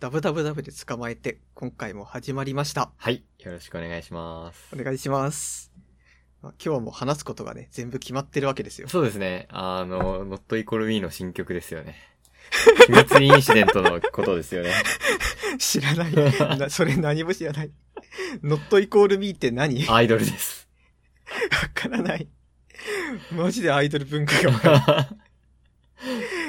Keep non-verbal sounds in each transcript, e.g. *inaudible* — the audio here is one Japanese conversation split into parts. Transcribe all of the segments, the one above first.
ダブダブダブで捕まえて、今回も始まりました。はい。よろしくお願いしますお。願いします。まあ今日はもう話すことがね、全部決まってるわけですよ。 *laughs* そうですね。あの、Not Equal Me の新曲ですよね。秘密インシデントのことで *laughs* すよね。知ら *laughs* ない。なそれ何も知らない。ノットイコールミーって何わアイドルです。 *laughs* からない。マジでアイドル文化が *laughs* わからない。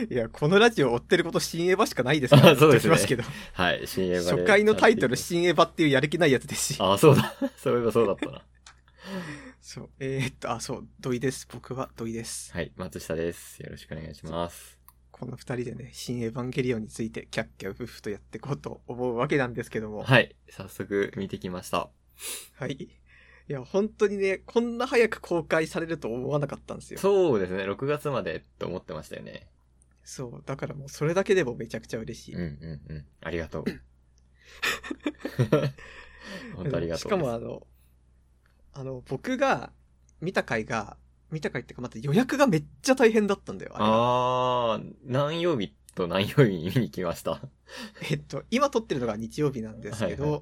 いや、このラジオ追ってること新エヴァしかないですから、あそうですね言っときますはい。新け映ど。画初回のタイトル、新エヴァっていうやる気ないやつですし。あ、そうだ。そういえばそうだったな。そう。えー、っと、あ、そう、土井です。僕は土井です。はい。松下です。よろしくお願いします。この二人でね、新エヴァンゲリオンについてキャッキャフフとやっていこうと思うわけなんですけども。はい。はい。早速見てきました。い、や、本当にね、こんな早く公開されると思わなかったんですよ。そうですね。6月までと思ってましたよね。そう。だからもうそれだけでもめちゃくちゃ嬉しい。うんうんうん。ありがと *laughs* う。本当ありがとう。しかもあ、の、あの、僕が見た回が、見た回っていうか、また予約がめっちゃ大変だったんだよ、あれが。あー、何曜日と何曜日に見に来ました。えっと、今撮ってるのが日曜日なんですけど、はいは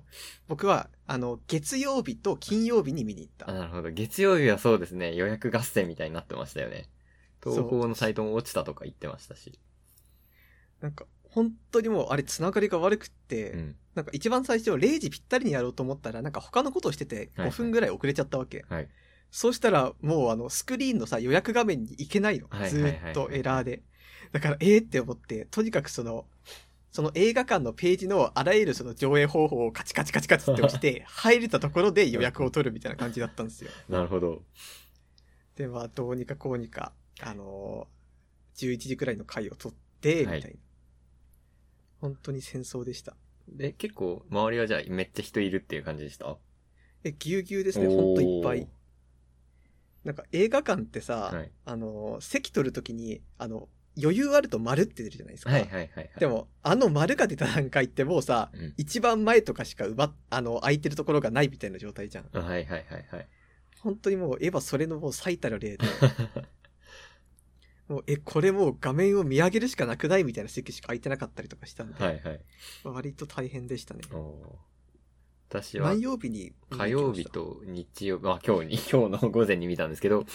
僕は、あの、月曜日と金曜日に見に行っあた。なるほど。月曜日はそうですね、予約合戦みたいになってましたよね。投稿のサイトも落ちたとか言ってましたし。なんか、本当にもうあれ、つながりが悪くって、うん。なんか一番最初0時ぴったりにやろうと思ったら、なんか他のことをしてては5いはい分ぐらい遅れちゃったわけ。はい。そうしたらもうあのスクリーンのさ予約画面に行けないのはいは。いずーっとエラーで。だからええって思って、とにかくその、その映画館のページのあらゆるその上映方法をカチカチカチカチって押 *laughs* して、入れたところで予約を取るみたいな感じだったんですよ。なるほど。で、まあどうにかこうにか、あのー11時くらいの回を取って、みたいな。は本当に戦争でした。で、結構、周りはじゃあ、めっちゃ人いるっていう感じでしたえ、ぎゅうぎゅうですね、ほんといっぱい。。なんか映画館ってさ、おーはい。あの、席取るときに、あの、余裕あると丸って出るじゃないですか。はいはいはいはい。で、も、あの丸が出た段階ってもうさ、うん。一番前とかしか奪っ、あの、空いてるところがないみたいな状態じゃん。あはいはいはい *laughs* はい。本当にもう、エヴァそれのもう最たる *laughs* 例で、もう、え、これもう画面を見上げるしかなくないみたいな席しか空いてなかったりとかしたんで、はいはい。割と大変でしたね。おお。私は何、曜日に火曜日と日曜日、まあ今日に、 *laughs* 今日の午前に見たんですけ *laughs* ど、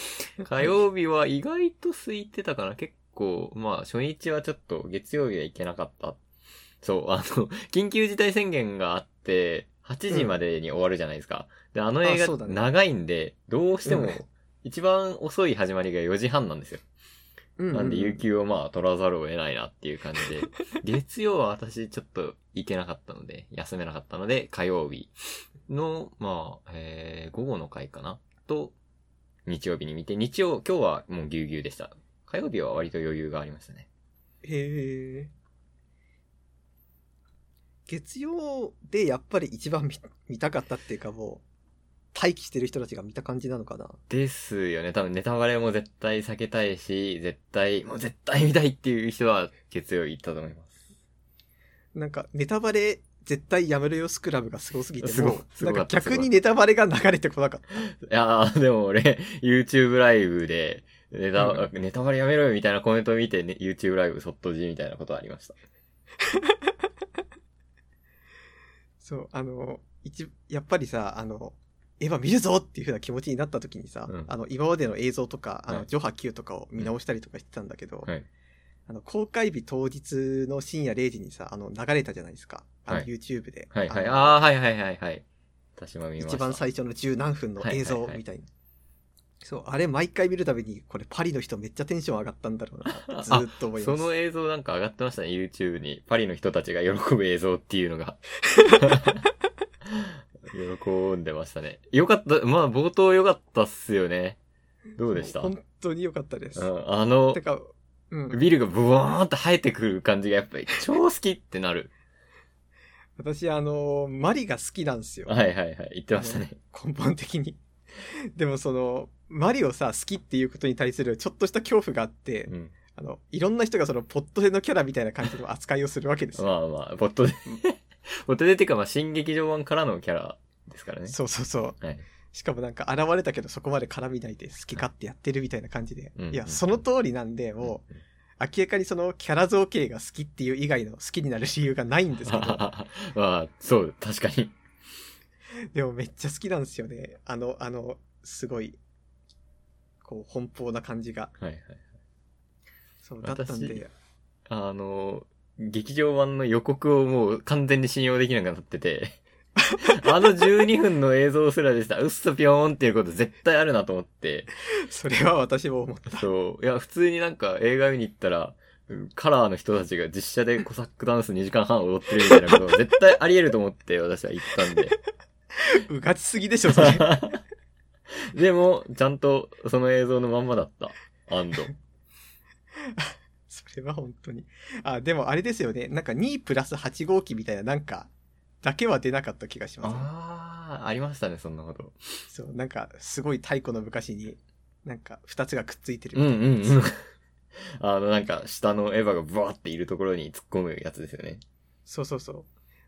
火曜日は意外と空いてたかな。結構、まあ、初日はちょっと月曜日は行けなかった。そう、あの、 *laughs* 緊急事態宣言があって、8時までに終わるじゃないですか。で、あの映あそう画だね長いんで、どうしてうもん、一番遅い始まりが4時半なんですよ。うん、なんで、う有給をまあ、取らざるを得ないなっていう感 *laughs* じで、月曜は私ちょっと行けなかったので、休めなかったので、火曜日の、まあ、えー、午後の回かなと、日曜日に見て、日曜、今日はもうぎゅうぎゅうでした。火曜日は割と余裕がありましたね。へえ。月曜でやっぱり一番見見たかったっていうかもう、待機してる人たちが見た感じなのかな。ですよね。多分ネタバレも絶対避けたいし、絶対、もう絶対見たいっていう人は月曜日行ったと思います。なんかネタバレ絶対やめるよスクラブがすごすぎてすごもうすなごんかかった逆にネタバレが流れてこなかった。いやー、 *laughs* でも俺、YouTube ライブで、ネタ、うネタバレやめろよみたいなコメントを見て、ね、YouTube ライブそっとじみたいなことありました。そう、あの、一、やっぱりさ、あの、エヴァ見るぞっていう風な気持ちになった時にさ、うんあの、今までの映像とか、あはの、いジョハ Q とかを見直したりとかしてたんだけど、はいあの、公開日当日の深夜0時にさ、あの、流れたじゃないですか。あの、はい YouTube で。はいはい。あのあー、はいはいはいはい。私も見ました。一番最初の十何分の映像みたいな。はいそう、あれ毎回見るたびに、これパリの人めっちゃテンション上がったんだろう *laughs* なってずーっと思います。その映像なんか上がってましたね、YouTube に。パリの人たちが喜ぶ映像っていう *laughs* のが。喜んでましたね。よかった、まあ冒頭よかったっすよね。どうでした、もう本当に良かったです。ん、あのて、か、うん。ビルがブワーンって生えてくる感じがやっぱり超好きってなる。私、あの、マリが好きなんですよ。はいはいはい。言ってましたね。根本的に。 *laughs* でもその、マリをさ、好きっていうことに対するちょっとした恐怖があって、うん。あの、いろんな人がその、ポットでのキャラみたいな感じの扱いをするわけですよ。まあまあ、ボットで。 *laughs* ボットでっていうか、まあ、新劇場版からのキャラですからね。そうそうそう。はい。しかもなんか現れたけどそこまで絡みないで好き勝手やってるみたいな感じで。ういんや、その通りなんで、もう、明らかにそのキャラ造形が好きっていう以外の好きになる理由がないんですけど、 *laughs* まあ、そう、確かに。でもめっちゃ好きなんですよね。あの、あの、すごい、こう、奔放な感じが。はいはい。そう、だったんで。あの、劇場版の予告をもう完全に信用できなくなってて、 *laughs* あの12分の映像すらでした。うっそぴょーんっていうこと絶対あるなと思って。それは私も思った。そう。いや、普通になんか映画見に行ったら、うんカラーの人たちが実写でコサックダンス2時間半踊ってるみたいなこと絶対あり得ると思って私は言ったんで。うがちすぎでしょ、そ *laughs* れ。でも、ちゃんとその映像のまんまだった。アンド。それは本当に。あ、でもあれですよね。なんか2プラス8号機みたいななんか、だけは出なかった気がしま *laughs* ああ、ありましたね、そんなこと。す。そう、なんかすごい太古の昔に、なんか2つがくっついてるうんみうたいな。ん *laughs* うん。あの、なんか、下のエヴァがブワーっているところに突っ込むやつですよね。そうそうそ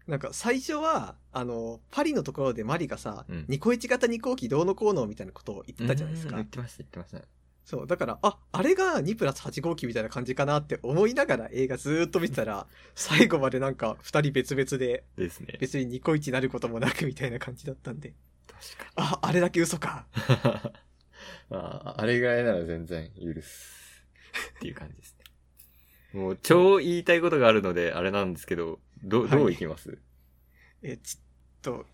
う。なんか最初は、あの、パリのところでマリがさ、うんニコイチ型2号機どうのこうのみたいなことを言ってたじゃないですうんか言っ。てました、言ってました。そう、だから、あ、あれが2プラス8号機みたいな感じかなって思いながら映画ずーっと見てたら、最後までなんか2人別々で、ですね。 *laughs* 別にニコイチになることもなくみたいな感じだったんで、確あ、あれだけ嘘か。かに。あーあれぐらいなら全然許す。っていう感じですね。もう、超言いたいことがあるので、あれなんですけど、ど、はいどういきます、え、ちょっと、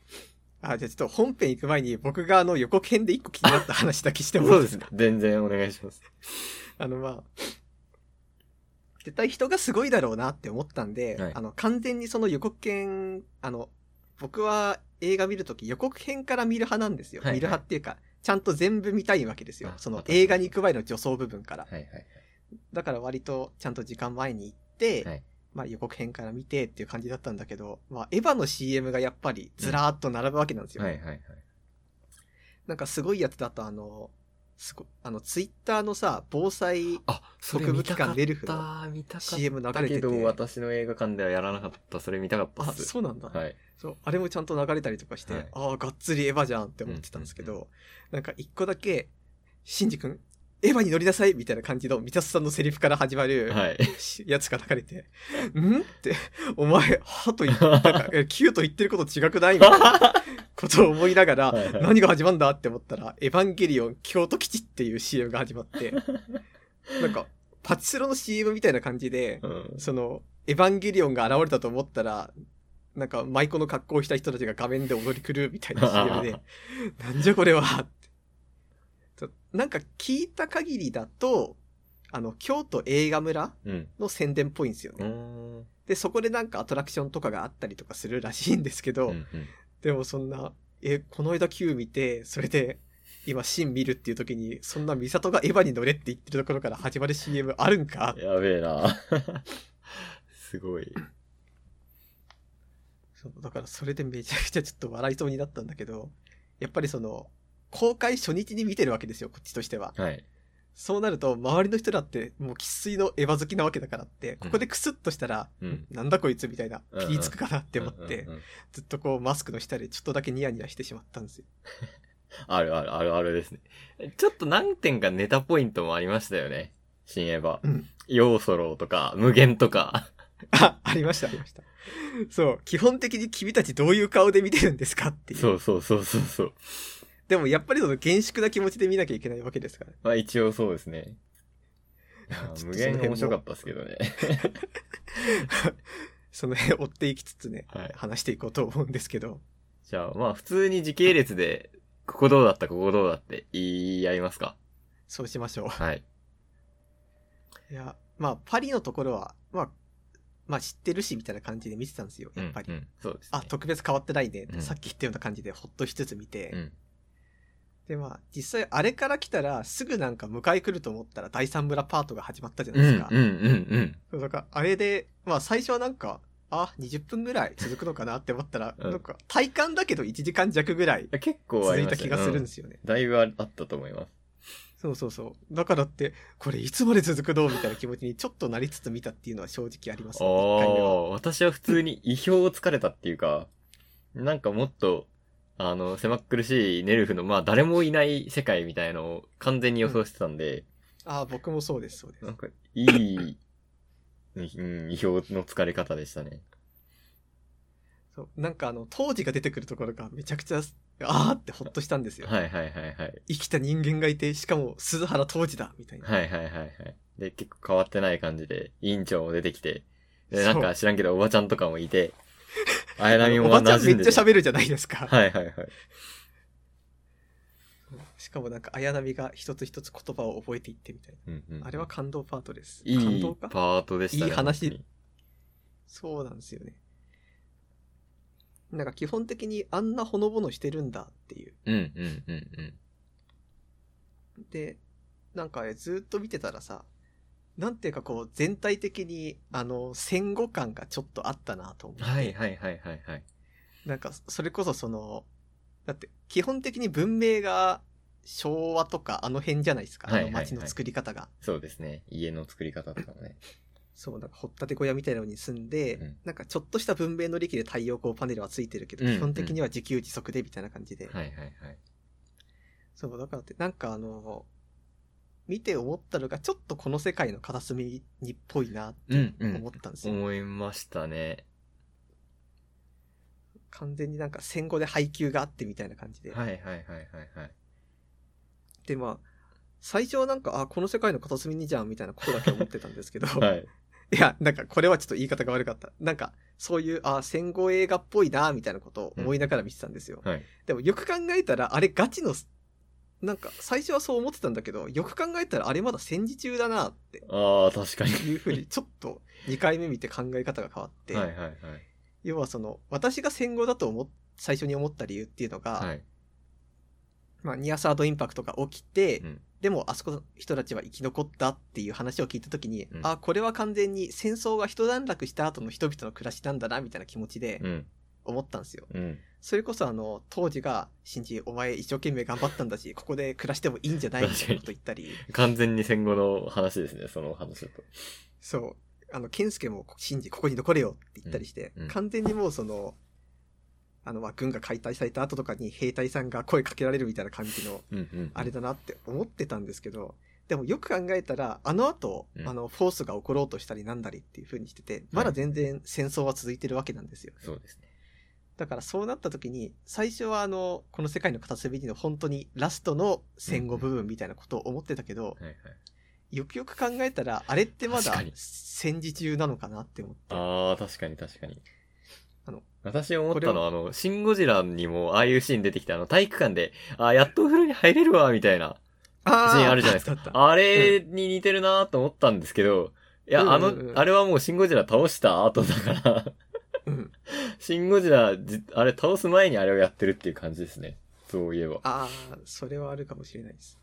あ、じゃあちょっと本編行く前に僕があの予告編で一個気になった話だけしてもいそいうでですすかね。全然お願いします。 *laughs* あのまあ、絶対人がすごいだろうなって思ったんで、はいあの完全にその予告編、あの、僕は映画見るとき予告編から見る派なんですよ。はいはい見る派っていうか、ちゃんと全部見たいわけですよあ。その私も映画に行く前の助走部分から。はいはいだから割とちゃんと時間前に行って、はいまあ予告編から見てっていう感じだったんだけど、まあエヴァの CM がやっぱりずらーっと並ぶわけなんですよ。はい。はいはいはい。なんかすごいやつだとあの、すごあの、ツイッターのさ、防災あ、それ見たかった見たかった CM 流れててけど、私の映画館ではやらなかった。それ見たかったあ、っす。そうなんだ。はい。そう、あれもちゃんと流れたりとかして、はいああ、がっつりエヴァじゃんって思ってたんですけど、うんなんか一個だけ、シンジ君、エヴァに乗りなさいみたいな感じの、三田さんのセリフから始まる、はい。しやつが流れて、んって、お前、歯と言って、なんか、えキューと言ってること違くないみたいなことを思いながら、はいはい何が始まるんだって思ったら、エヴァンゲリオン京都基地っていう CM が始ま *laughs* って、なんか、パチスロの CM みたいな感じで、うんその、エヴァンゲリオンが現れたと思ったら、なんか、舞妓の格好をした人たちが画面で踊り狂うみたいな CM *laughs* で、なんじゃこれはってそうなんか聞いた限りだと、あの、京都映画村うん。の宣伝っぽいんですようね。ん。で、そこでなんかアトラクションとかがあったりとかするらしいんですけど、うんうんでもそんな、え、この間 Q 見て、それで、今、シン見るっていう時に、そんなミサトがエヴァに乗れって言ってるところから始まる CM あるんかやべえな。 *laughs* すごい。そうだからそれでめちゃくちゃちょっと笑いそうになったんだけど、やっぱりその、公開初日に見てるわけですよ、こっちとしては。はい。そうなると、周りの人だって、もう生粋のエヴァ好きなわけだからって、ここでクスッとしたら、うん。なんだこいつみたいな、うんうんピリつくかなって思って、うんうんうんずっとこうマスクの下でちょっとだけニヤニヤしてしまったんですよ。あるあるあるあるですね。ちょっと何点かネタポイントもありましたよね。新エヴァ。うん。ヨーソローとか、無限とか。 *laughs* あ、ありました、ありました。そう、基本的に君たちどういう顔で見てるんですかっていう。そうそうそうそうそう。でもやっぱりその厳粛な気持ちで見なきゃいけないわけですからね。 *laughs* まあ一応そうですね。あーちょっとその無辺限も面白かったですけどね。その辺追っていきつつね、はい。話していこうと思うんですけど。じゃあまあ普通に時系列で、ここどうだった、ここどうだって言い合いますか。そうしましょはい。う。いや、まあ、パリのところは、まあ、まあ知ってるし、みたいな感じで見てたんですよ、やっぱり。うんうんそうです、ね。あ、特別変わってないね、うんさっき言ったような感じでほっとしつつ見て。うん。で、まあ、実際あれから来たら、すぐなんか迎え来ると思ったら、第三村パートが始まったじゃなういんですうんか。うんそうだから、あれで、まあ最初はなんか、あ、20分ぐらい続くのかなって思ったら、うんなんか、体感だけど1時間弱ぐらいうん。結構続ありいまたした気よがするうんんですよね。だいぶあったと思います。そうそうそう。だからって、これいつまで続くのみたいな気持ちにちょっとなりつつ見たっていうのは正直ありますあね。一回目はあ、私は普通に意表をつかれたっていうか、なんかもっと、あの、狭っ苦しいネルフの、まあ誰もいない世界みたいのを完全に予想してたんで、ああ、僕もそうです、そうですなん。かいいにうん、意表の疲れ方でしたね。そうなんかあの、当時が出てくるところがめちゃくちゃ、あーってほっとしたんですよ。はいはいはいはい。生きた人間がいて、しかも鈴原当時だみたいな。はいはいはいはい。で、結構変わってない感じで、委員長も出てきて、そで、うなんか知らんけどおばちゃんとかもい *laughs* て、綾あ波のおもばちゃん馴め染っんでちゃて。喋るじゃないですか。はいはいはい。しかもなんか綾波が一つ一つ言葉を覚えていってみたいうんうんな。あれは感動パートです。い感動いかパートでしたね。いい話本そうなんですよね。なんか基本的にあんなほのぼのしてるんだっていう。当に。うんうんうんうん。で、なんかずっと見てたらさ、なんていうかこう全体的にあの戦後感がちょっとあったなと思う。はいはいはいはいはい。 *laughs* なんかそれこそその、だって基本的に文明が昭和とかあの辺じゃないですか。はいあの街の作り方が。そうですね。家の作り方とかもね。そう、なんか掘ったて小屋みたいなのに住んで、うんなんかちょっとした文明の利器で太陽光パネルはついてるけど、うん基本的には自給自足でみたいな感じで。はいはいはい。そう、だからって、なんかあの、見て思ったのが、ちょっとこの世界の片隅にっぽいなってうんう思んっ。たんですよ。思いましたね。完全になんか戦後で配給があってみたいな感じで。はいはいはいはいはい。で、まあ、最初はなんか、あ、この世界の片隅にじゃんみたいなことだけ思ってたんですけど、、はい *laughs* い。や、なんかこれはちょっと言い方が悪かった。なんか、そういう、あ、戦後映画っぽいな、みたいなことを思いながら見てたんですよ。はい。でもよく考えたら、あれガチの、なんか最初はそう思ってたんだけど、よく考えたらあれまだ戦時中だなってああ、確かに。いうふう *laughs* に、ちょっと2回目見て考え方が変わって、はいはいはい。要はその、私が戦後だと思っ最初に思った理由っていうのが、はい。まあ、ニアサードインパクトが起きて、うんでもあそこの人たちは生き残ったっていう話を聞いた時に、うんあこれは完全に戦争が一段落した後の人々の暮らしなんだなみたいな気持ちでうん。思ったんですよ。うん。それこそあの当時が「新人お前一生懸命頑張ったんだしここで暮らしてもいいんじゃない?」みたいなこと言ったり完全に戦後の話ですね、その話だと。そうあの健介も「新人ここに残れよ」って言ったりして、うんうん完全にもうそのあのまあ軍が解体された後とかに兵隊さんが声かけられるみたいな感じのうんうん。あれだなって思ってたんですけどでもよく考えたらあの後、うんあのフォースが起ころうとしたりなんだりっていう風にしててまだ全然戦争は続いてるわけなんですよ、そうですね。だからそうなった時に最初はあのこの世界の片隅にの本当にラストの戦後部分みたいなことを思ってたけど、はいはい。よくよく考えたらあれってまだ確かに戦時中なのかなって思ってああ、確かに確かに。あの、私思っこたれのは、あの、シンゴジラにも、ああいうシーン出てきて、あの、体育館で、ああ、やっとお風呂に入れるわ、みたいな、あシーンあるじゃないですかあれに似てるなと思ったんですけど、いや、あうのんうんう、んあれはもうシンゴジラ倒した後だから、 *laughs* うん、シンゴジラ、じあれ倒す前にあれをやってるっていう感じですね。そういえば。ああ、それはあるかもしれないです。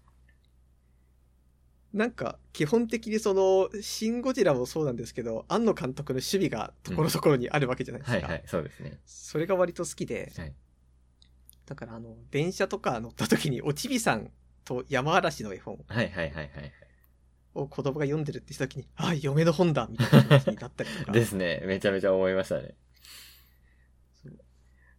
なんか、基本的にその、シン・ゴジラもそうなんですけど、庵野監督の守備がところどころにあるわけじゃないですはか。いはい、そうですね。それが割と好きで、はい。だからあの、電車とか乗った時に、おちびさんと山嵐の絵本はいはいはいはいを子供が読んでるってした時に、ああ、嫁の本だみたいな話になったりとはか *laughs* い。、ですね。めちゃめちゃ思いましたね。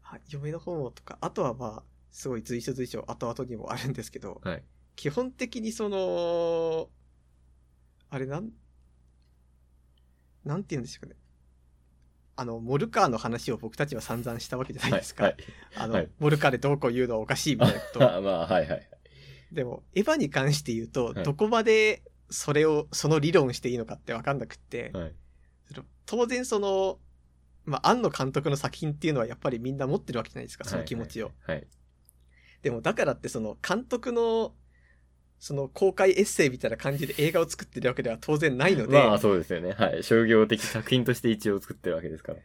あ嫁の本をとか、あとはまあ、すごい随所随所後々にもあるんですけど、はい。基本的にその、あれなん、なんて言うんでしょうかね。あの、モルカーの話を僕たちは散々したわけじゃないですか。はい。あの、はいモルカーでどうこう言うのはおかしいみたいなこはと。い *laughs* まあ、はいはい。でも、エヴァに関して言うと、はいどこまでそれを、その理論していいのかってわかんなくって、はい。その当然その、まあ、庵野監督の作品っていうのはやっぱりみんな持ってるわけじゃないですか、その気持ちを。はい。はい。でもだからってその監督のその公開エッセイみたいな感じで映画を作ってるわけでは当然ないので、まあ、そうですよね。はい。商業的作品として一応作ってるわけですから。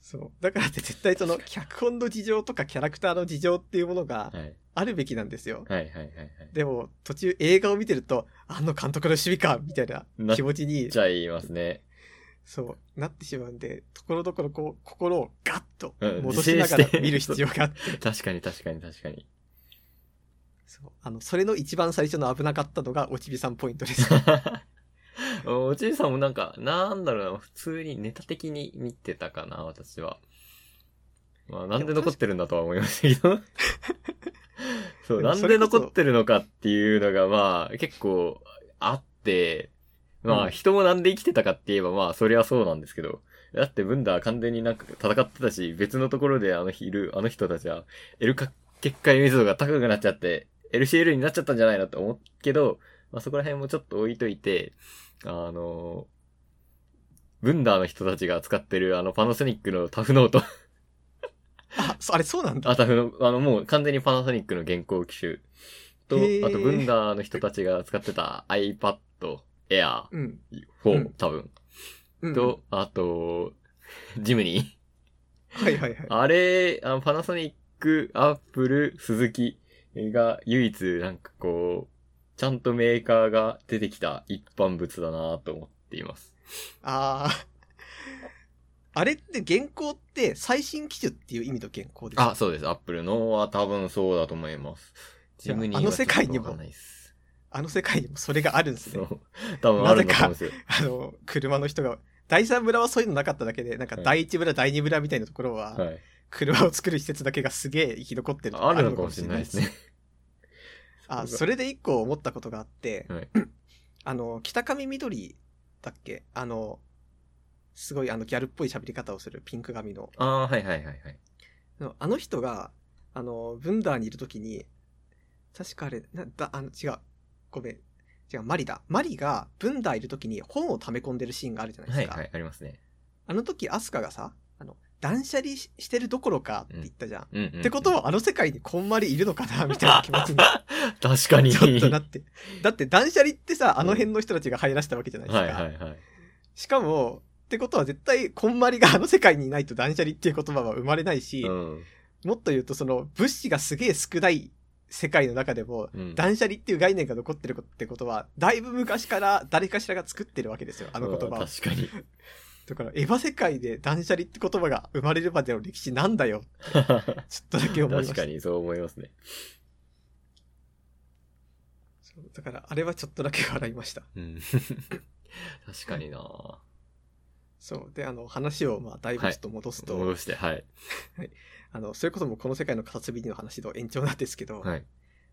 そうだからって絶対その脚本の事情とかキャラクターの事情っていうものがはい。あるべきなんですよ。はいはいはいはい。でも途中映画を見てると、あの監督の趣味かみたいなな気持ちにじゃあ言いますね。そうなってしまうんで、ところどころこう心をガッとうん戻しながら自制して見る必要があって、確かに確かに確かに。そうあのそれの一番最初の危なかったのがおちびさんポイントです。 *laughs* おじいさんもなんか、なんだろうな、普通にネタ的に見てたかな、私は。まあ、なんで残ってるんだとは思いましたけど。そう、でもなんそでれこそ残ってるのかっていうのが、まあ、結構あって、まうんあ、人もなんで生きてたかって言えば、まあ、そりゃそうなんですけど。だって、ブンダは完全になんか戦ってたし、別のところであの日いる、あの人たちは、エルか結界密度が高くなっちゃって、LCL になっちゃったんじゃないのって思うけど、まあ、そこら辺もちょっと置いといて、あの、ブンダーの人たちが使ってるあのパナソニックのタフノート *laughs* あ、そあれそうなんだ。あタフの、あの、もう完全にパナソニックの現行機種と、へーあと、ブンダーの人たちが使ってた iPad Air うん。 4、うん多分。うん、と、あと、ジムニー。はいはいはい。あれ、あのパナソニック、アップル、スズキが唯一なんかこう、ちゃんとメーカーが出てきた一般物だなと思っています。ああ。あれって現行って最新機種っていう意味の現行ですかあ、そうです。アップルのは多分そうだと思います。じジゃあムニーあはのちょ世っと界にわもかんないです。あの世界にもそれがあるんですそね。う。多分あるんだと思うんですよ。あの、車の人が、第三村はそういうのなかっただけで、なんかはい第一村、第二村みたいなところは、はい。車を作る施設だけがすげえ生き残ってるとあるのかもしれないですね。。あ、それで一個思ったことがあって、はい *clears throat* あの、北上緑だっけあの、すごいあのギャルっぽい喋り方をするピンク髪の。ああ、はいはいはいはい。あの人が、あの、ブンダーにいるときに、確かあれ、なだ、あの、違う。ごめん。違う、マリだ。マリが、ブンダーいるときに本を溜め込んでるシーンがあるじゃないですはいか。はい、ありますね。あの時、アスカがさ、あの、断捨離ししてるどころかって言ったじゃん。うん、うん。ってことは、あの世界にこんまりいるのかなみたいな気持ちに確かに。ちょっとなって。だって断捨離ってさ、あの辺の人たちが入らしたわけじゃないですか。はいはいはい。しかも、ってことは絶対、こんまりがあの世界にいないと断捨離っていう言葉は生まれないし、うん。もっと言うとその物資がすげえ少ない世界の中でも、うん、断捨離っていう概念が残ってるってことは、だいぶ昔から誰かしらが作ってるわけですよ、あの言葉うんを。確かに。だから、エヴァ世界で断捨離って言葉が生まれるまでの歴史なんだよ、ちょっと *laughs* だけ思いまし確た。かに、そう思いますね。そうだから、あれはちょっとだけ笑いました。 *laughs* うん。確かになそう。で、あの、話を、まあ、だいぶちょっと戻すと、戻して、はい。あの、それこそもうこの世界の片隅にの話の延長なんですけど、はい。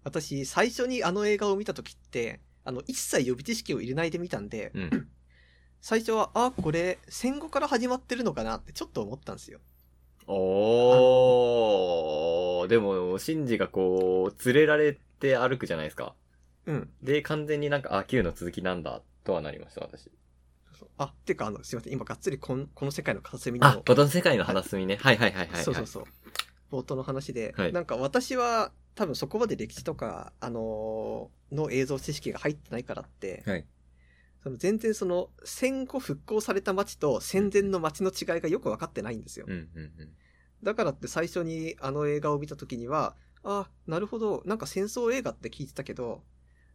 私、最初にあの映画を見た時って、あの、一切予備知識を入れないで見たんで、うん。 *coughs* 最初は、あ、これ、戦後から始まってるのかなってちょっと思ったんですよ。おー。でも、シンジがこう、連れられて歩くじゃないですか。うん。で、完全になんか、あ、旧の続きなんだ、とはなりました、私。あ、ってか、あの、すいません、今、がっつりこんこの世界の片隅にあの、、バトン世界の話すみね。はいはいはいはいはい。そうそうそう。冒頭の話で、はいなんか私は多分そこまで歴史とか、あのーの映像知識が入ってないからって、はいその全然その戦後復興された街と戦前の街の違いがよく分かってないんですよ。うんうんうん。だからって最初にあの映画を見た時には、あ、なるほど、なんか戦争映画って聞いてたけど、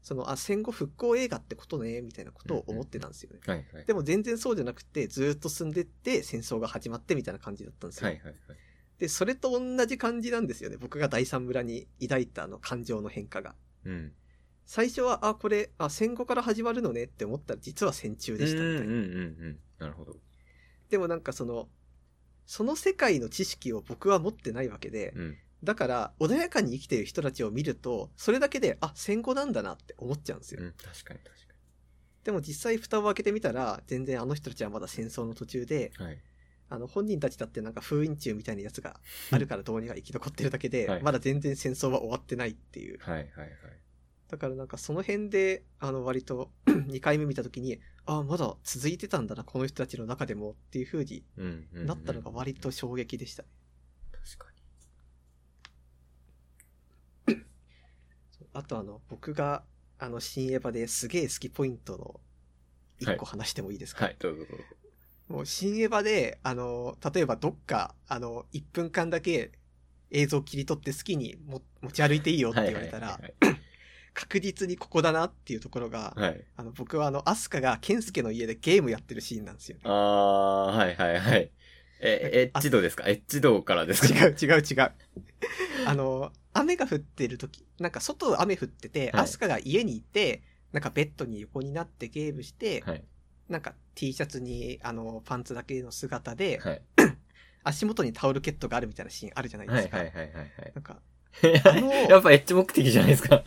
その、あ、戦後復興映画ってことね、みたいなことを思ってたんですよね。はいはい。でも全然そうじゃなくて、ずーっと進んでって戦争が始まってみたいな感じだったんですよ。はいはいはい。で、それと同じ感じなんですよね。僕が第三村に抱いたあの感情の変化が。うん。最初は、あ、これ、あ、戦後から始まるのねって思ったら実は戦中でしたみたいうんうんな。うん。なるほど。でもなんかその、その世界の知識を僕は持ってないわけで、うん。だから穏やかに生きている人たちを見ると、それだけで、あ、戦後なんだなって思っちゃうんですよ。うん。確かに確でも実際蓋を開けてみたら、全然あの人たちはまだ戦争の途中で、かに。はい。あの本人たちだってなんか封印中みたいなやつがあるからどうにか生き残ってるだけで、はいまだ全然戦争は終わってないっていう。はいはいはい。だからなんかその辺で、あの割と *clears throat* 2回目見た時に、ああ、まだ続いてたんだな、この人たちの中でもっていう風にうんうんうん、なったのが割と衝撃でした。確かあとあの、僕が、あの、新エヴァですげえ好きポイントの一個話してもいいですか、に。はい、どうぞどうぞ。もう新エヴァで、あの、例えばどっか、あの、1分間だけ映像切り取って好きにも持ち歩いていいよって言われたらは、い確実にここだなっていうところが、はいはいはい。あの、僕はあの、アスカがケンスケの家でゲームやってるシーンなんですよね。あー、はいはいはい。え、エッチ度ですかエッチ度からですか違う違う違う。あの、雨が降ってる時、なんか外雨降ってて、はいアスカが家にいて、なんかベッドに横になってゲームして、はい。なんか T シャツにあのパンツだけの姿で、はい。足元にタオルケットがあるみたいなシーンあるじゃないはでいすか。はいはいなん *laughs* か、はいのはい。やっぱエッチ目 *laughs* 的じゃないですか。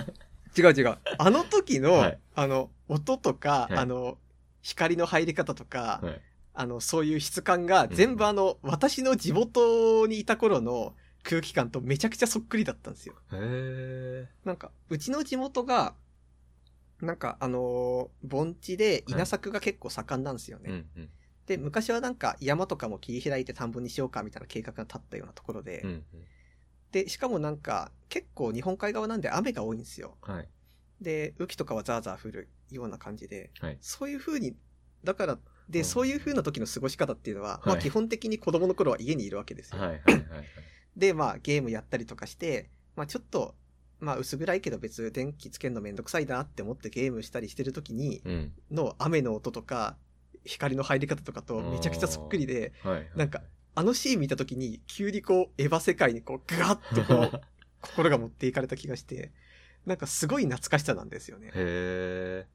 違う違う。あの時の、はいあの、音とか、はいあの、光の入り方とか、はいあの、そういう質感が全部あの、私の地元にいた頃の空気感とめちゃくちゃそっくりだったんですよ。へえ。なんか、うちの地元が、なんかあのー盆地で稲作が結構盛んなんですよね。うんうん。で、昔はなんか山とかも切り開いて田んぼにしようかみたいな計画が立ったようなところで、うんうん。で、しかもなんか結構日本海側なんで雨が多いんですよ。はい。で、雨季とかはザーザー降るような感じで、はいそういう風に、だから、で、うんそういう風な時の過ごし方っていうのは、まあはい基本的に子供の頃は家にいるわけですよ。はいはいはいはい。で、まあゲームやったりとかして、まあちょっと、まあ薄暗いけど別に電気つけるのめんどくさいなって思ってゲームしたりしてる時に、うん。の雨の音とか、光の入り方とかとめちゃくちゃそっくりで、はいはい。なんか、あのシーン見た時に急にこうエヴァ世界にこうガーッとこ *laughs* う心が持っていかれた気がして、なんかすごい懐かしさなんですよね。へえ。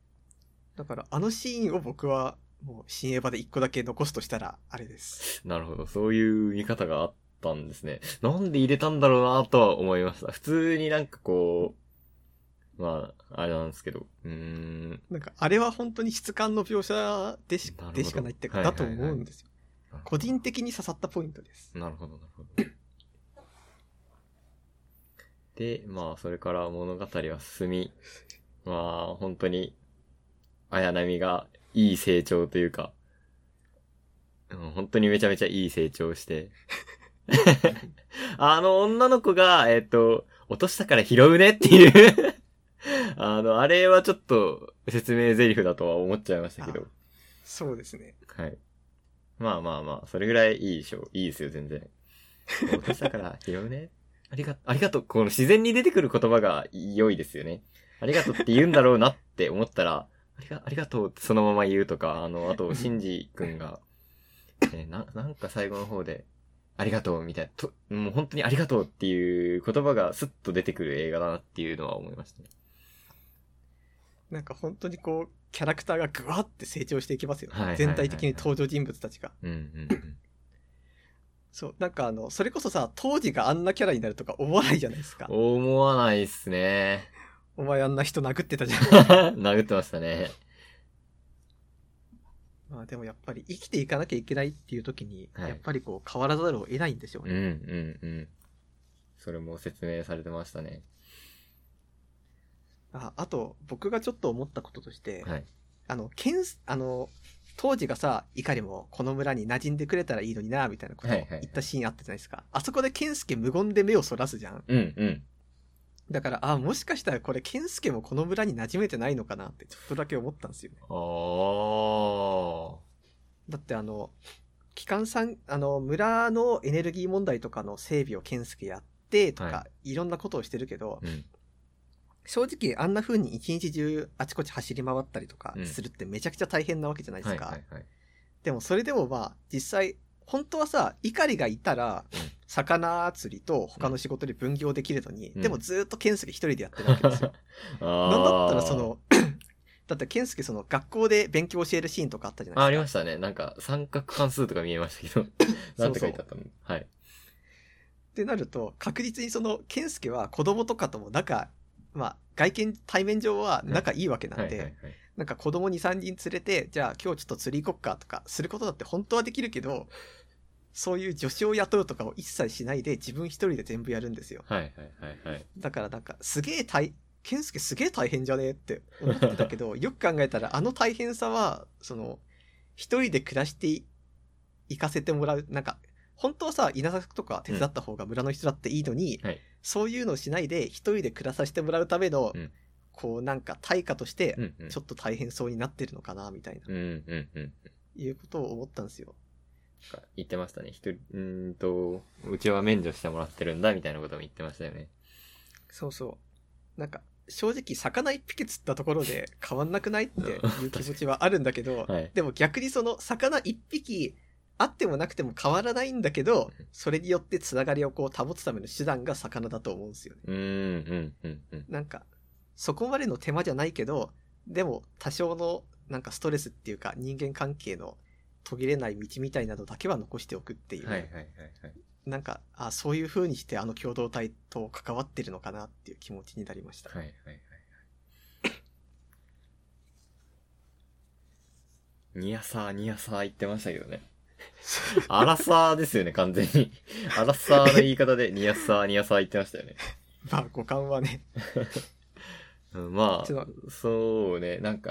だからあのシーンを僕はもう新エヴァで一個だけ残すとしたらあれです。なるほど。そういう見方があったんですね。なんで入れたんだろうなとは思いました。普通になんかこう、まあ、あれなんですけど。うーん。なんかあれは本当に質感の描写でしなるほどでしかないっていうか、はいはだいと思うんですよ。個人的に刺さったポイントです。なるほど、なるほど。 *coughs* で、まあ、それから物語は進み、まあ、本当に、綾波がいい成長というか、うん本当にめちゃめちゃいい成長をして、 *laughs* あの、女の子が、えっ、と、落としたから拾うねっていう、 *laughs* あの、あれはちょっと説明台詞だとは思っちゃいましたけど、そうですね。はい。まあまあまあ、それぐらいいいでしょう。いいですよ、全然。落としたから *laughs* 拾うね。ありが、ありがとう。この自然に出てくる言葉が良いですよね。ありがとうって言うんだろうなって思ったら、ありが、ありがとうってそのまま言うとか、あの、あと、シンジ君が、えーな、なんか最後の方で、ありがとうみたいな、と、もう本当にありがとうっていう言葉がスッと出てくる映画だなっていうのは思いましたね。なんか本当にこう、キャラクターがグワって成長していきますよはいはいは。いはい全体的に登場人物たちが。うんうんうん。そう、なんかあの、それこそさ、当時があんなキャラになるとか思わないじゃないですか。思わないっすね。お前あんな人殴ってたじゃん。殴ってましたね。まあでもやっぱり生きていかなきゃいけないっていう時に、はいやっぱりこう変わらざるを得ないんでしょううんね。うんうん。それも説明されてましたね。ああと、僕がちょっと思ったこととして、はい。あの、けんあの、当時がさ、いかにもこの村に馴染んでくれたらいいのにな、みたいなことはい言はいはいったシーンあったじゃないですか。あそこで健介無言で目をそらすじゃん。うんうん。だから、あ、もしかしたらこれ健介もこの村に馴染めてないのかなってちょっとだけ思ったんですよね。ああ。だってあの、機関さん、あの、村のエネルギー問題とかの整備を健介やってとか、、はいろんなことをしてるけど、うん。正直あんな風に一日中あちこち走り回ったりとかうんするってめちゃくちゃ大変なわけじゃないではすいか。はいはい。でもそれでもまあ実際本当はさ碇がいたらうん魚釣りと他の仕事で分業できるのに、うんでもずーっと健介一人でやってるわけですよ。 *laughs* あなんだあったらそ。の *clears throat* だって健介その学校で勉強教えるシーンとかあったじゃあ、なあいりですか。ましたね。なんか、三角関数とか見えま *laughs* したけど。なんて書いてあったのはい。ってなると確実にその健介は子供とかとも仲まあ外見対面上は仲いいわけなんで、はいはいはい。なんか子供2、3人連れて、じゃあ今日ちょっと釣り行こっかとかすることだって本当はできるけど、そういう助手を雇うとかを一切しないで自分一人で全部やるんですよ。はいはいはいはい。だからなんかすげえ大、健介すげえ大変じゃねえって思ってたけ *laughs* ど、よく考えたらあの大変さは、その、一人で暮らしてい行かせてもらう、なんか、本当はさ、稲作とか手伝った方が村の人だっていいのに、はいそういうのをしないで一人で暮らさせてもらうための、うんこうなんか対価としてうんうん。ちょっと大変そうになってるのかな、みたいな、うんうんうん。いうことを思ったんですよ。言ってましたね。一人、うーんと、うちは免除してもらってるんだ、みたいなことも言ってましたよね。そうそう。なんか、正直、魚一匹釣ったところで変わんなくないっていう気持ちはあるんだけど、はい。でも逆にその、魚一匹、あってもなくても変わらないんだけど、それによってつながりをこう保つための手段が魚だと思うんですよね。うんうんうんうん。なんか、そこまでの手間じゃないけど、でも多少のなんかストレスっていうか人間関係の途切れない道みたいなのだけは残しておくっていう、はいはいはいはい。なんか、あそういう風にしてあの共同体と関わってるのかなっていう気持ちになりました。はいはいはいはい。ニヤサー、ニヤサー言ってましたけどね。アラサーですよね、完全に。アラサーの言い方で、ニヤサー、ニヤサー言ってましたよね。まあ、五感はね。うんまちょっあ、そうね、なんか、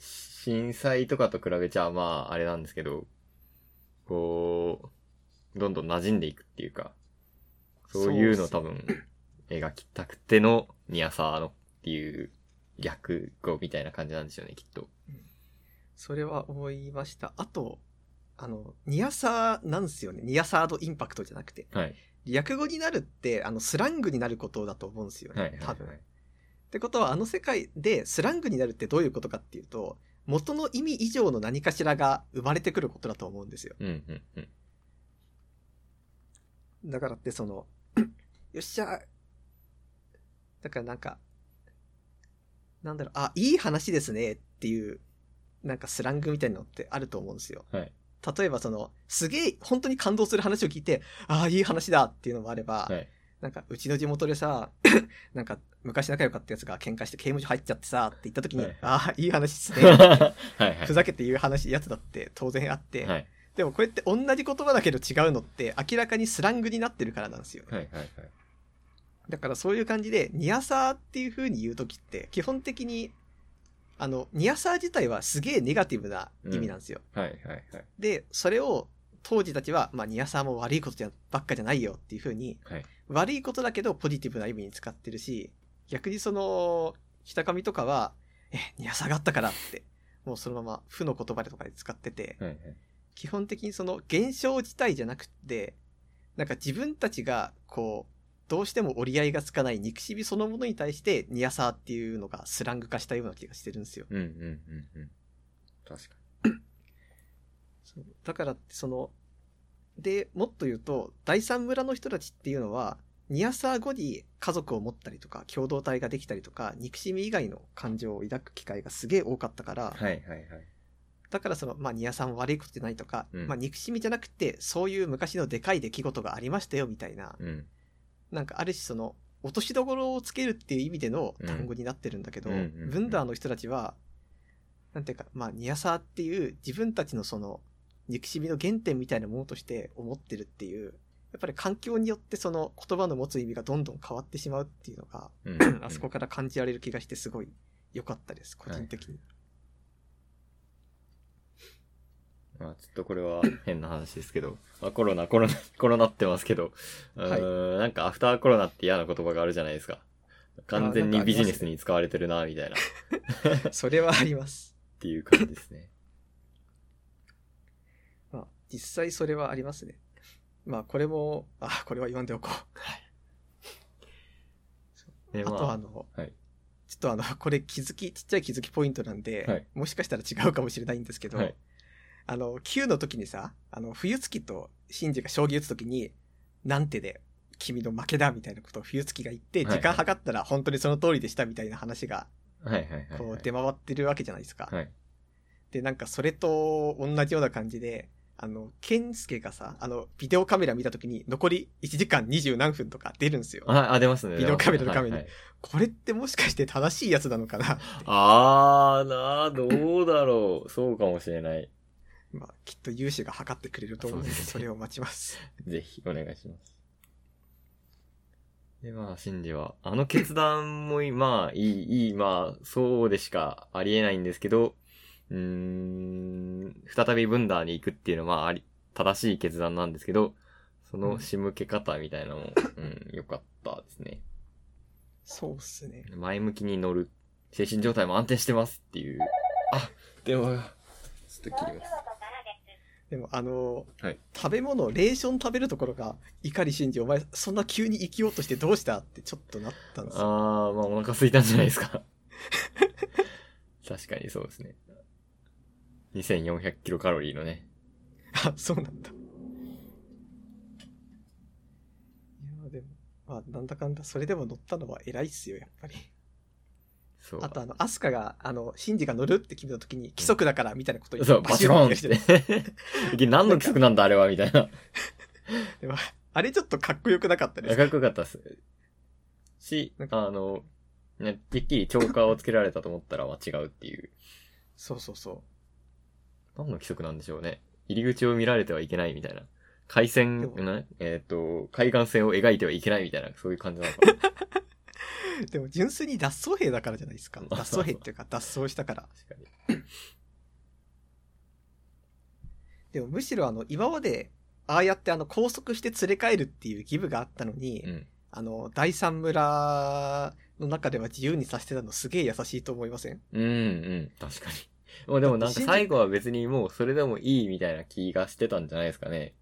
震災とかと比べちゃ、まあ、あれなんですけど、こう、どんどん馴染んでいくっていうか、そういうのそ多分、描きたくての、ニヤサーのっていう、略語みたいな感じなんでしょうね、きっと。それは思いました。あと、あの、ニアサーなんですよね。ニアサードインパクトじゃなくて。はい。略語になるって、あの、スラングになることだと思うんですよね。はい、はい、は多い分。。ってことは、あの世界でスラングになるってどういうことかっていうと、元の意味以上の何かしらが生まれてくることだと思うんですよ。うん、うん、うん。だからって、その、 *clears throat* よっしゃだからなんか、なんだろう、あ、いい話ですねっていう、なんかスラングみたいなのってあると思うんですよ。はい。例えばその、すげえ本当に感動する話を聞いて、ああ、いい話だっていうのもあれば、はい。なんかうちの地元でさ、 *laughs* なんか昔仲良かったやつが喧嘩して刑務所入っちゃってさって言った時に、はいああ、いい話っすね。 *laughs* はい、はい。ふざけて言う話、やつだって当然あって、はい。でもこれって同じ言葉だけど違うのって明らかにスラングになってるからなんですよね。はい、はい、はい。だからそういう感じで、ニアサーっていう風に言うときって、基本的に、あの、ニアサー自体はすげえネガティブな意味なんですよ。はい、はい、はい。で、それを当時たちは、まあ、ニアサーも悪いことじゃばっかじゃないよっていうふうに、はい悪いことだけどポジティブな意味に使ってるし、逆にその、北上とかは、え、ニアサーがあったからって、もうそのまま負の言葉でとかで使ってて、はい、はい。基本的にその現象自体じゃなくて、なんか自分たちが、こう、どうしても折り合いがつかない憎しみそのものに対して、ニアサーっていうのがスラング化したような気がしてるんですよ。うん、うん、うん、うん。確かそうだからってそのでもっと言うと第三村の人たちっていうのはニアサー後に家族を持ったりとか共同体ができたりとか憎しみ以外の感情を抱く機会がすげえ多かったから、に。はい、はい、はい。だからその、まあ、ニアサーも悪いことじゃないとか、うんまあ、憎しみじゃなくてそういう昔のでかい出来事がありましたよみたいなうん。なんかある種その落としどころをつけるっていう意味での単語になってるんだけど、うんうんうんうんブンダーの人たちはなんていうかまあニヤサーっていう自分たちのその憎しみの原点みたいなものとして思ってるっていうやっぱり環境によってその言葉の持つ意味がどんどん変わってしまうっていうのがうんあそこから感じられる気がしてすごい良かったです個人的に、まあ、ちょっとこ *laughs* れは変な話ですけど、まあ、コロナ、コロナ、 *laughs* コロナってますけど、うーん、なんかアフターコロナって嫌な言葉があるじゃないですか。完全にビジネスに使われてるな、みたいな、っそれはありますていう感じです *laughs* ね。まあ実際それはありますねまあこれもあこれは言わんでおこうで、あとあまの、はいちょっとあの、 *laughs* これ気づき、ちっちゃい気づきポイントなんで、はいもしかしたら違うかもしれないんですけあ、ど、はい。あの、Q の時にさ、あの、冬月と真珠が将棋打つ時に、なんてで、君の負けだみたいなことを冬月が言って、はい時間計ったら本当にその通りでしたみたいな話が、はい、はい、はい。こう出回ってるわけじゃないですか。はい。で、なんかそれと同じような感じで、あの、健介がさ、あの、ビデオカメラ見た時に残り1時間20何分とか出るんですよ。あ、あ出ますね。ビデオカメラの画面にはいはいこれってもしかして正しいやつなのかなあー、なあ、どうだろう。そうかもしれない。まあ、きっと有志が測ってくれると思うので、そうですねそれを待ちます。ぜひ、お願いします。で、まあ、シンジは、あの決断も、まあ、いい、いい、まあ、そうでしかありえないんですけど、うーん、再びブンダーに行くっていうのは、まあ、あり、正しい決断なんですけど、その仕向け方みたいなのも、うん、良かったですね。そうっすね。前向きに乗る。精神状態も安定してますっていう。あ、電話が。ちょっと切ります。でも、あの、はい食べ物、レーション食べるところが、碇信二、お前、そんな急に生きようとしてどうしたってちょっとなったんですよ。あー、まあ、お腹空いたんじゃないですか。確かにそうですね。2400キロカロリーのね。あ、 *laughs* そうなんだ。いや、でも、まあ、なんだかんだ、それでも乗ったのは偉いっすよ、やっぱり。そう。あと、あの、アスカが、あの、シンジが乗るって決めた時に、規則だから、みたいなこと言って、そう、バチローンバっチロンって *laughs* て。いきなり何の規則なんだあれはみたいな。でもあれちょっとかっこよくなかったですかっこよかったっす。しなん、かあの、ねてっきりチョーカーをつけられたと思ったら、まあ違うっていう。そうそうそう。何の規則なんでしょうね。入り口を見られてはいけないみたいな。海で線も、なえっ、と、海岸線を描いてはいけないみたいな、そういう感じなのかな。確でも純粋に脱走兵だからじゃないですか。まあ脱走兵っていうか脱走したから。かに。でもむしろあの、今まで、ああやってあの、拘束して連れ帰るっていう義務があったのに、うん。あの、第三村の中では自由にさせてたのすげえ優しいと思いませんうん、うん、確かに。もうでもなんか最後は別にもうそれでもいいみたいな気がしてたんじゃないですかね。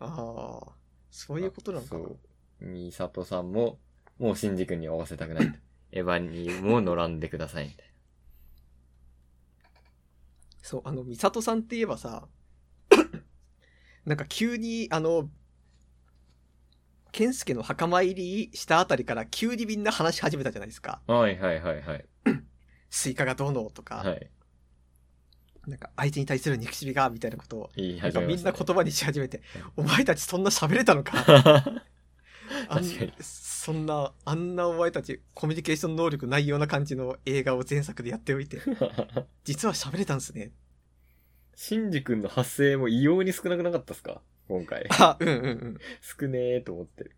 ああ、そういうことなのかなそ。う。ミサトさんも、もうシンジ君には合わせたくないと。エヴァにも乗らんでくださいみたいそう、あの、美里さんって言えばさ、なんか急に、あの、健介の墓参りしたあたりから急にみんな話し始めたじゃないですか。な。はいはいはいはい。スイカがどうのとか、はい。なんか相手に対する憎しみが、みたいなことを、言いなん始かめみまんした、なね。言葉にし始めて、お前たちそんな喋れたのか *laughs* あん確かにそんな、あんなお前たちコミュニケーション能力ないような感じの映画を前作でやっておい *laughs* て、実は喋れたんすね。。シンジ君の発声も異様に少なくなかったですか今回あ、うんうんうん。少ねえと思ってる。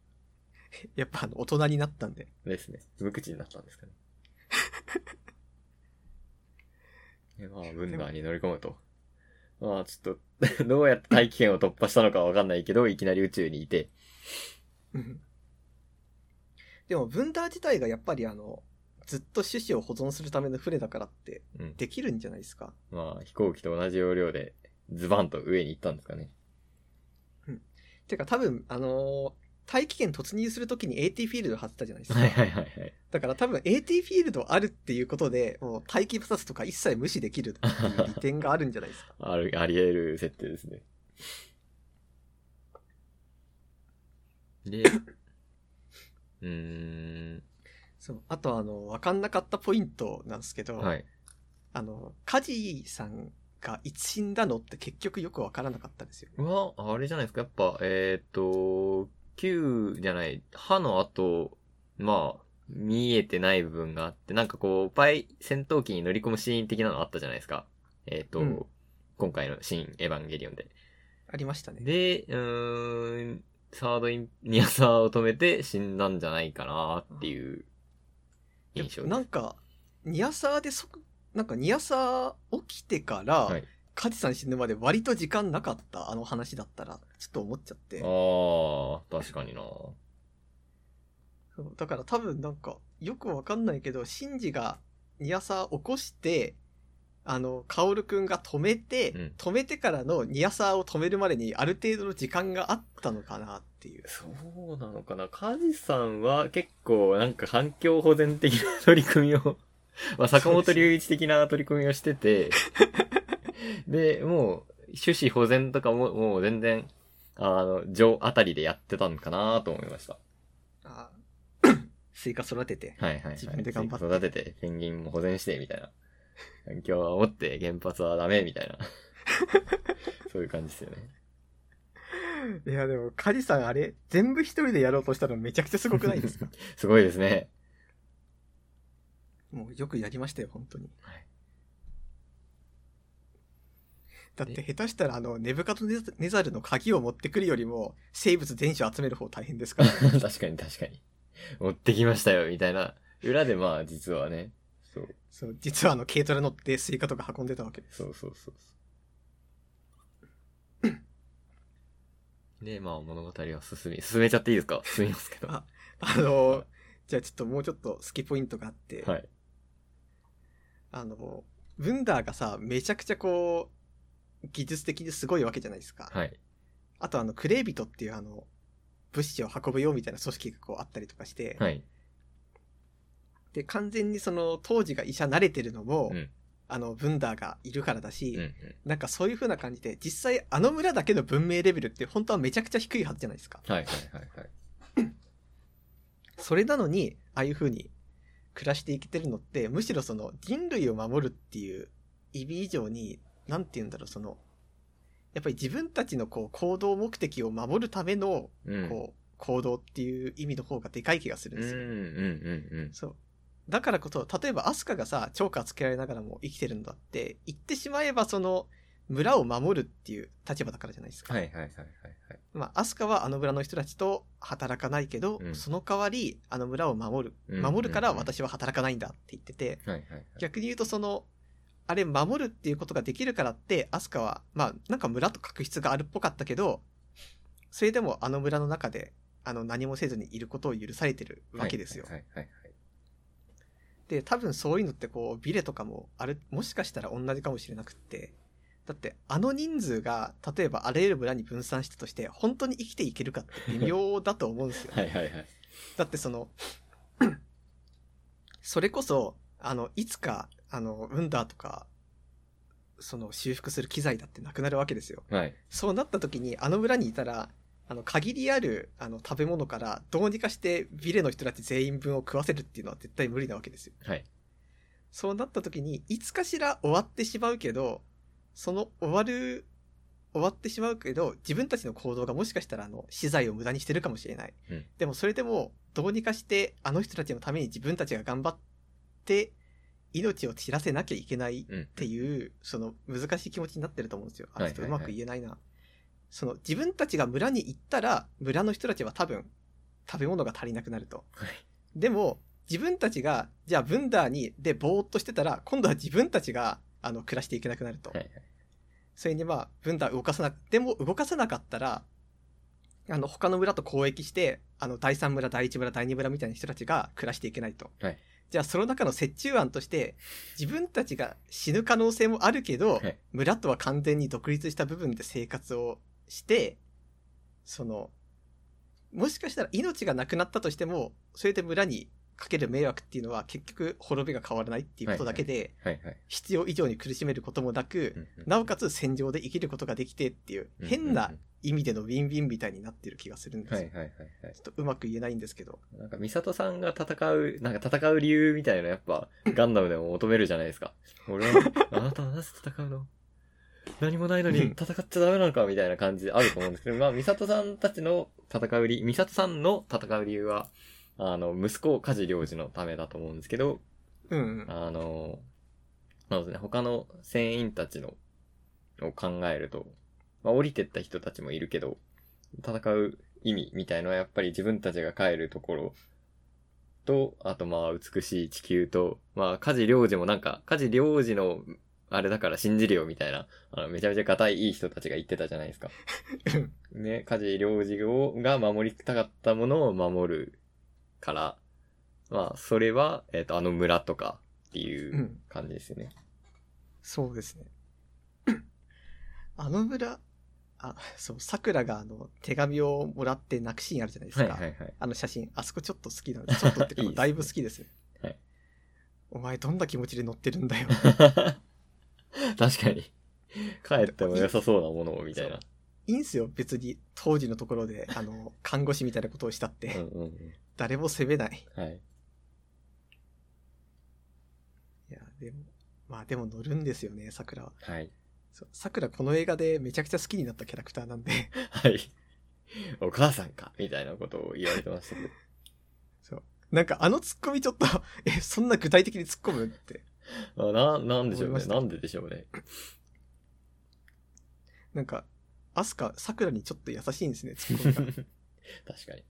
やっぱあの大人になったんで。ですね。無口になったん *laughs* ですかね。でまあ、ブンダーに乗り込むと。まあ、ちょっと、 *laughs* どうやって大気圏を突破したのかわかんないけど、いきなり宇宙にいて。うんでも、ブンダー自体がやっぱりあの、ずっと種子を保存するための船だからって、うん。できるんじゃないですか。まあ、飛行機と同じ要領で、ズバンと上に行ったんですかね。てか多分、あのー大気圏突入するときに AT フィールド張ってたじゃないですか。 *laughs* はいはいはいはい。だから多分 AT フィールドあるっていうことで、もう大気摩擦とか一切無視できるっていう利点があるんじゃないですか。 *laughs* ある、あり得る設定ですね。で、うーん、そう。あとあの、わかんなかったポイントなんですけど、はい。あの、カジさんがいつ死んだのって結局よくわからなかったんですよ。うわ、あれじゃないですか。やっぱ、えっ、と、9じゃない、歯の後、まあ、見えてない部分があって、なんかこう、パイ、戦闘機に乗り込むシーン的なのあったじゃないですか。えっ、と、うん今回のシーン、エヴァンゲリオンで。ありましたね。で、うーん、サードイン、ニアサーを止めて死んだんじゃないかなっていう印象ですなんか、ニアサーで即、なんかニアサー起きてから、はいカジさん死ぬまで割と時間なかったあの話だったら、ちょっと思っちゃって。ああ、確かにな。そうだから多分なんか、よくわかんないけど、シンジがニアサー起こして、あの、カオルくんが止めて、うん止めてからのニアサーを止めるまでにある程度の時間があったのかなっていう。そうなのかな。カジさんは結構なんか環境保全的な取り組みを、 *laughs* まあ坂本隆一的な取り組みをし *laughs* てて、で、もう、種子保全とかも、もう全然、あの、上あたりでやってたのかなと思いました。あ *coughs* スイカ育てて。はいはい、はい。自分で頑張って育てて、ペンギンも保全して、みたいな。環境は守って、原発はダメ、みた *laughs* いな。そういう感じですよね。いやでも、カジさんあれ、全部一人でやろうとしたのめちゃくちゃすごくないですかすごいですね。 *laughs* もうよくやりましたよ、本当に。はいだって下手したらあの、ネブカドネザルの鍵を持ってくるよりも、生物全種集める方大変ですから。 *laughs* 確かに確かに。持ってきましたよ、みたいな。裏でまあ、実はね。そう、そう、実はあの、軽トラ乗ってスイカとか運んでたわけ *laughs* です。そうそうそうそう。で、まあ、物語は進み、進めちゃっていいですか進みますけど。ああの、じゃあちょっともうちょっと好きポイントがあって、はい。あの、ブンダーがさ、めちゃくちゃこう、技術的にすごいわけじゃないですか。はい。あとあの、クレイビトっていうあの、物資を運ぶよみたいな組織がこうあったりとかして、はい。で、完全にその、当時が医者慣れてるのも、うんあの、ブンダーがいるからだし、うんうん。なんかそういう風な感じで、実際あの村だけの文明レベルって本当はめちゃくちゃ低いはずじゃないですか。はいはいはいはい。それなのに、ああいう風に暮らして生きてるのって、むしろその人類を守るっていう意味以上に、なんて言うんだろう、その、やっぱり自分たちのこう行動目的を守るための、うん。こう、行動っていう意味の方がでかい気がするんうんでうんすよ。うんうん。そう。だからこそ、例えばアスカがさ、チョーカーつけられながらも生きてるんだって、言ってしまえばその、村を守るっていう立場だからじゃないですか。はいはいはいはいはい。まあ、アスカはあの村の人たちと働かないけど、うんその代わりあの村を守うんる。守るから私は働かないんだって言ってて、はいはいはい。逆に言うとその、あれ守るっていうことができるからって、アスカは、まあ、なんか村と確執があるっぽかったけど、それでもあの村の中で、あの何もせずにいることを許されてるわけですよ。はいはいはいはい。で、多分そういうのってこう、ビレとかも、あれ、もしかしたら同じかもしれなくって、だってあの人数が、例えばあらゆる村に分散したとして、本当に生きていけるかって微妙だと思うんですよ。はいはいはい。だってその、 *clears throat* それこそ、あの、いつか、あの、ウンダーとか、その、修復する機材だってなくなるわけですよ。はい。そうなった時に、あの村にいたら、あの、限りある、あの、食べ物から、どうにかして、ビレの人たち全員分を食わせるっていうのは絶対無理なわけですよ。はい。そうなった時に、いつかしら終わってしまうけど、その終わる、終わってしまうけど、自分たちの行動がもしかしたらあの、資材を無駄にしてるかもしれない。うんでもそれでも、どうにかして、あの人たちのために自分たちが頑張って、命を散らせなきゃいけないっうん。ていう、その難しい気持ちになってると思うんですよ。あ、はちいょっとうまく言えないな。その、自分たちが村に行ったら、村の人たちは多分、食べ物が足りなくなると。はい。でも、自分たちが、じゃあ、ブンダーに、で、ぼーっとしてたら、今度は自分たちが、あの、暮らしていけなくなると。はいはい。それに、まあ、ブンダー動かさな、でも動かさなかったら、あの、他の村と交易して、あの、第3村、第1村、第2村みたいな人たちが暮らしていけないと。はいじゃあ、その中の折衷案として、自分たちが死ぬ可能性もあるけど、はい村とは完全に独立した部分で生活をして、その、もしかしたら命がなくなったとしても、それで村にかける迷惑っていうのは結局滅びが変わらないっていうことだけで、はいはい。必要以上に苦しめることもなうく、んうんなおかつ戦場で生きることができてっていう、変な意味でのウィンウィンみたいになってる気がするんですはよ。いはいはいはい。ちょっとうまく言えないんですけど。なんか、ミサトさんが戦う、なんか戦う理由みたいなのやっぱ、ガンダムでも求めるじゃないですか。俺は、あなたはなぜ戦うの何もないのに戦っちゃダメなのかみたいな感じあると思うんですけど、まあ、ミサトさんたちの戦う理、ミサトさんの戦う理由は、あの、息子、家事領事のためだと思うんですけど、うんうん。。あの、なのでね、他の船員たちの、を考えると、まあ、降りてった人たちもいるけど、戦う意味みたいのはやっぱり自分たちが帰るところと、あとまあ美しい地球と、まあ家事領事もなんか、家事領事の、あれだから信じるよみたいな、あの、めちゃめちゃ硬いいい人たちが言ってたじゃないですか。ね、家事領事を、が守りたかったものを守るから、まあ、それは、えっ、と、あの村とかっていううん感じですよね。そうですね。あの村、あ、そう、桜があの、手紙をもらって泣くシーンあるじゃないですはか。いはいはい。あの写真、あそこちょっと好きなんです。ちょっとっていい *laughs* か、ですねだいぶ好きです。はいお前どんな気持ちで乗ってるんだよ。 *laughs* 確かに。帰っても良さそうなものをみたいな。いいんすよ、別に。当時のところ *laughs* で、あの、看護師みたいなことをしたって。うんうんう誰も責めない。ん。はい。いや、でも、まあでも乗るんですよね、桜は。はい。そう桜この映画でめちゃくちゃ好きになったキャラクターなんで。はい。お母さんかみたいなことを言われてましたけど。なんかあのツッコミちょっと、え、そんな具体的に突っ込むって。まあ、な、なんでしょう思いまね。したなんででしょうね。なんか、アスカ、桜にちょっと優しいんですね、ツッコミ *laughs* が。確かに。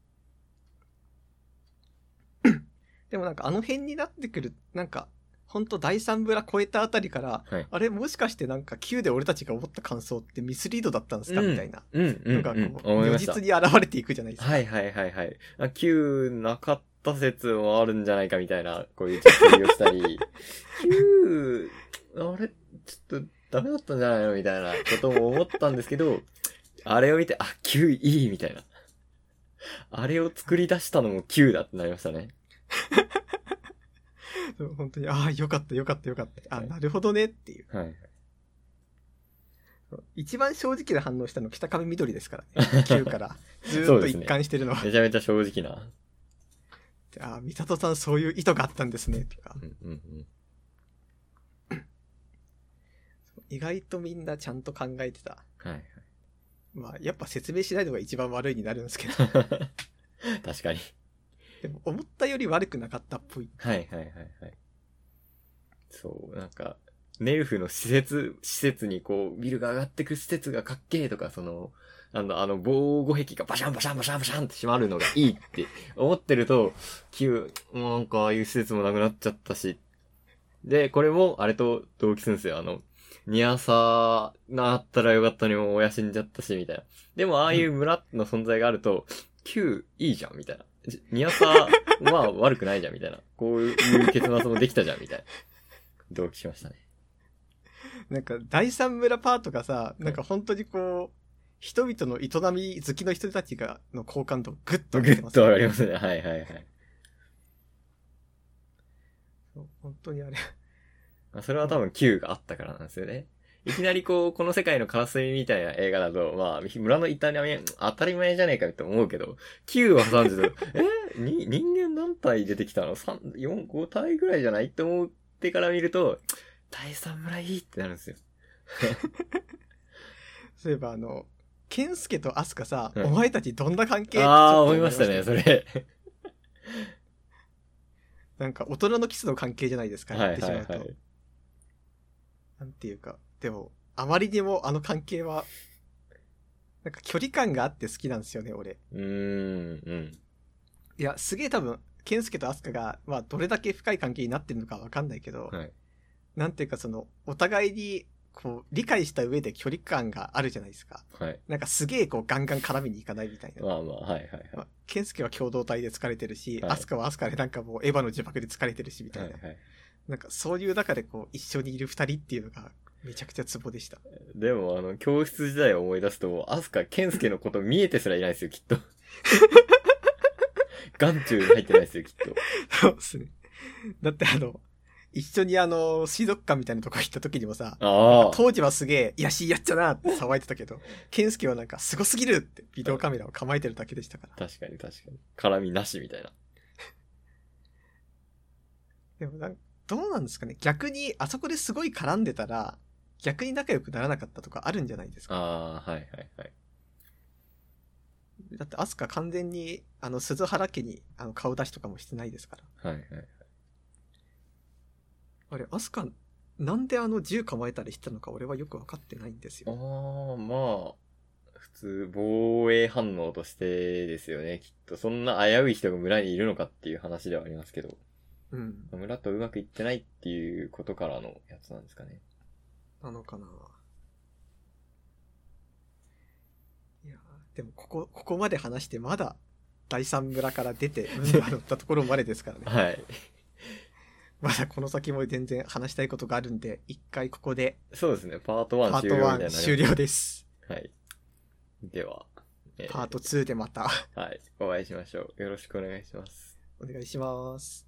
でもなんかあの辺になってくる、なんか、ほんと第三ブラ超えたあたりから、はいあれもしかしてなんか Q で俺たちが思った感想ってミスリードだったんですか、みたいな。うんうなんんかこうん。う、思い如ました実。に現れていくじゃないですか。はいはいはいはい。あ旧なかった説もあるんじゃないかみたいな、こういう実験をしたり、 *laughs* 旧、あれ、ちょっとダメだったんじゃないのみたいなことも思ったんですけど、あれを見て、あ、旧いいみたいな。あれを作り出したのも旧だってなりましたね。そう本当に、ああ、よかったよかったよかった。あはいなるほどねっていう。はい。一番正直な反応したの北上緑ですから *laughs* ね。Q から。ずーっと一貫してるのは。めちゃめちゃ正直な。ああ、三里さんそういう意図があったんですね、とかう。んうんうん。意外とみんなちゃんと考えてた。はい *laughs* はい。まあ、やっぱ説明しないのが一番悪いになるんですけど。 *laughs* 確かに。でも、思ったより悪くなかったっぽい。はいはいはいはい。そう、なんか、ネルフの施設、施設にこう、ビルが上がってく施設がかっけーとか、その、なんだ、あの、防護壁がバシャンバシャンバシャンバシャンって閉まるのがいいって思ってると、急、もうなんかああいう施設もなくなっちゃったし。で、これも、あれと同期するんですよ。あの、ニアサーなったらよかったのにもう親死んじゃったし、みたいな。でも、ああいう村の存在があると、9いいじゃん、みたいな。じニアサーは悪くないじゃん、みたいな。こういう結末もできたじゃん、みたいな。同期しましたね。なんか、第三村パートがさ、なんか本当にこう、人々の営み好きの人たちが、の好感度をグッと上ぐげてっますと上がりますね。はいはいはい。そう本当にあれ。 *laughs* まあそれは多分 Q があったからなんですよね。いきなりこう、この世界の片隅みたいな映画だと、まあ、村の痛みは当たり前じゃねえかって思うけど、Q を挟んでると、 *laughs* えに人間何体出てきたの ?3、4、5体ぐらいじゃないって思ってから見ると、第三村いいってなるんですよ。そういえばあの、ケンスケとアスカさ、うんお前たちどんな関係ああ、思いましたね、ちょっとそれ。なんか大人のキスの関係じゃないですか、はい言はっいてしまはうと。い。なんていうか、でも、あまりにもあの関係は、なんか距離感があって好きなんですよね、俺。うーん、うん。いや、すげえ多分、ケンスケとアスカが、まあ、どれだけ深い関係になってるのかわかんないけど、はい。なんていうかその、お互いに、こう、理解した上で距離感があるじゃないですか。はい。なんかすげえこう、ガンガン絡みにいかないみたいな。まあまあ、はいはいはい。まあ、ケンスケは共同体で疲れてるし、はいアスカはアスカでなんかもうエヴァの呪縛で疲れてるしみたいはな。いはい。なんかそういう中でこう、一緒にいる二人っていうのが、めちゃくちゃツボでした。でも、あの、教室時代を思い出すと、もうアスカ、ケンスケのこと見えてすらいないですよ、きっ *laughs* と。眼中に入ってないですよ、きっと。そうですね。だってあの、一緒にあの、水族館みたいなとこ行った時にもさ、ああ。当時はすげえ、いやしいやっちゃなって騒いでたけど、ケンスケはなんかすごすぎるってビデオカメラを構えてるだけでしたから。確かに確かに。絡みなしみたいな。でもなんどうなんですかね逆に、あそこですごい絡んでたら、逆に仲良くならなかったとかあるんじゃないですかああ、はいはいはい。だって、アスカ完全に、あの、鈴原家に、あの、顔出しとかもしてないですから。はいはい。あれ、アスカ、なんであの銃構えたりしたのか俺はよくわかってないんですああよ。、まあ、普通、防衛反応としてですよね、きっと。そんな危うい人が村にいるのかっていう話ではありますけど。うん。村とうまくいってないっていうことからのやつなんですかね。なのかな。いやーでも、ここ、ここまで話して、まだ、第三村から出 *laughs* て、運が乗ったところまでですからね。 *laughs* はい。まだこの先も全然話したいことがあるんで、一回ここで、そうですね、パートパー1終ト了みたいになり1ます終了です。はい。では、えーパート2でまた、はい、お会いしましょう。よろしくお願いします。お願いします。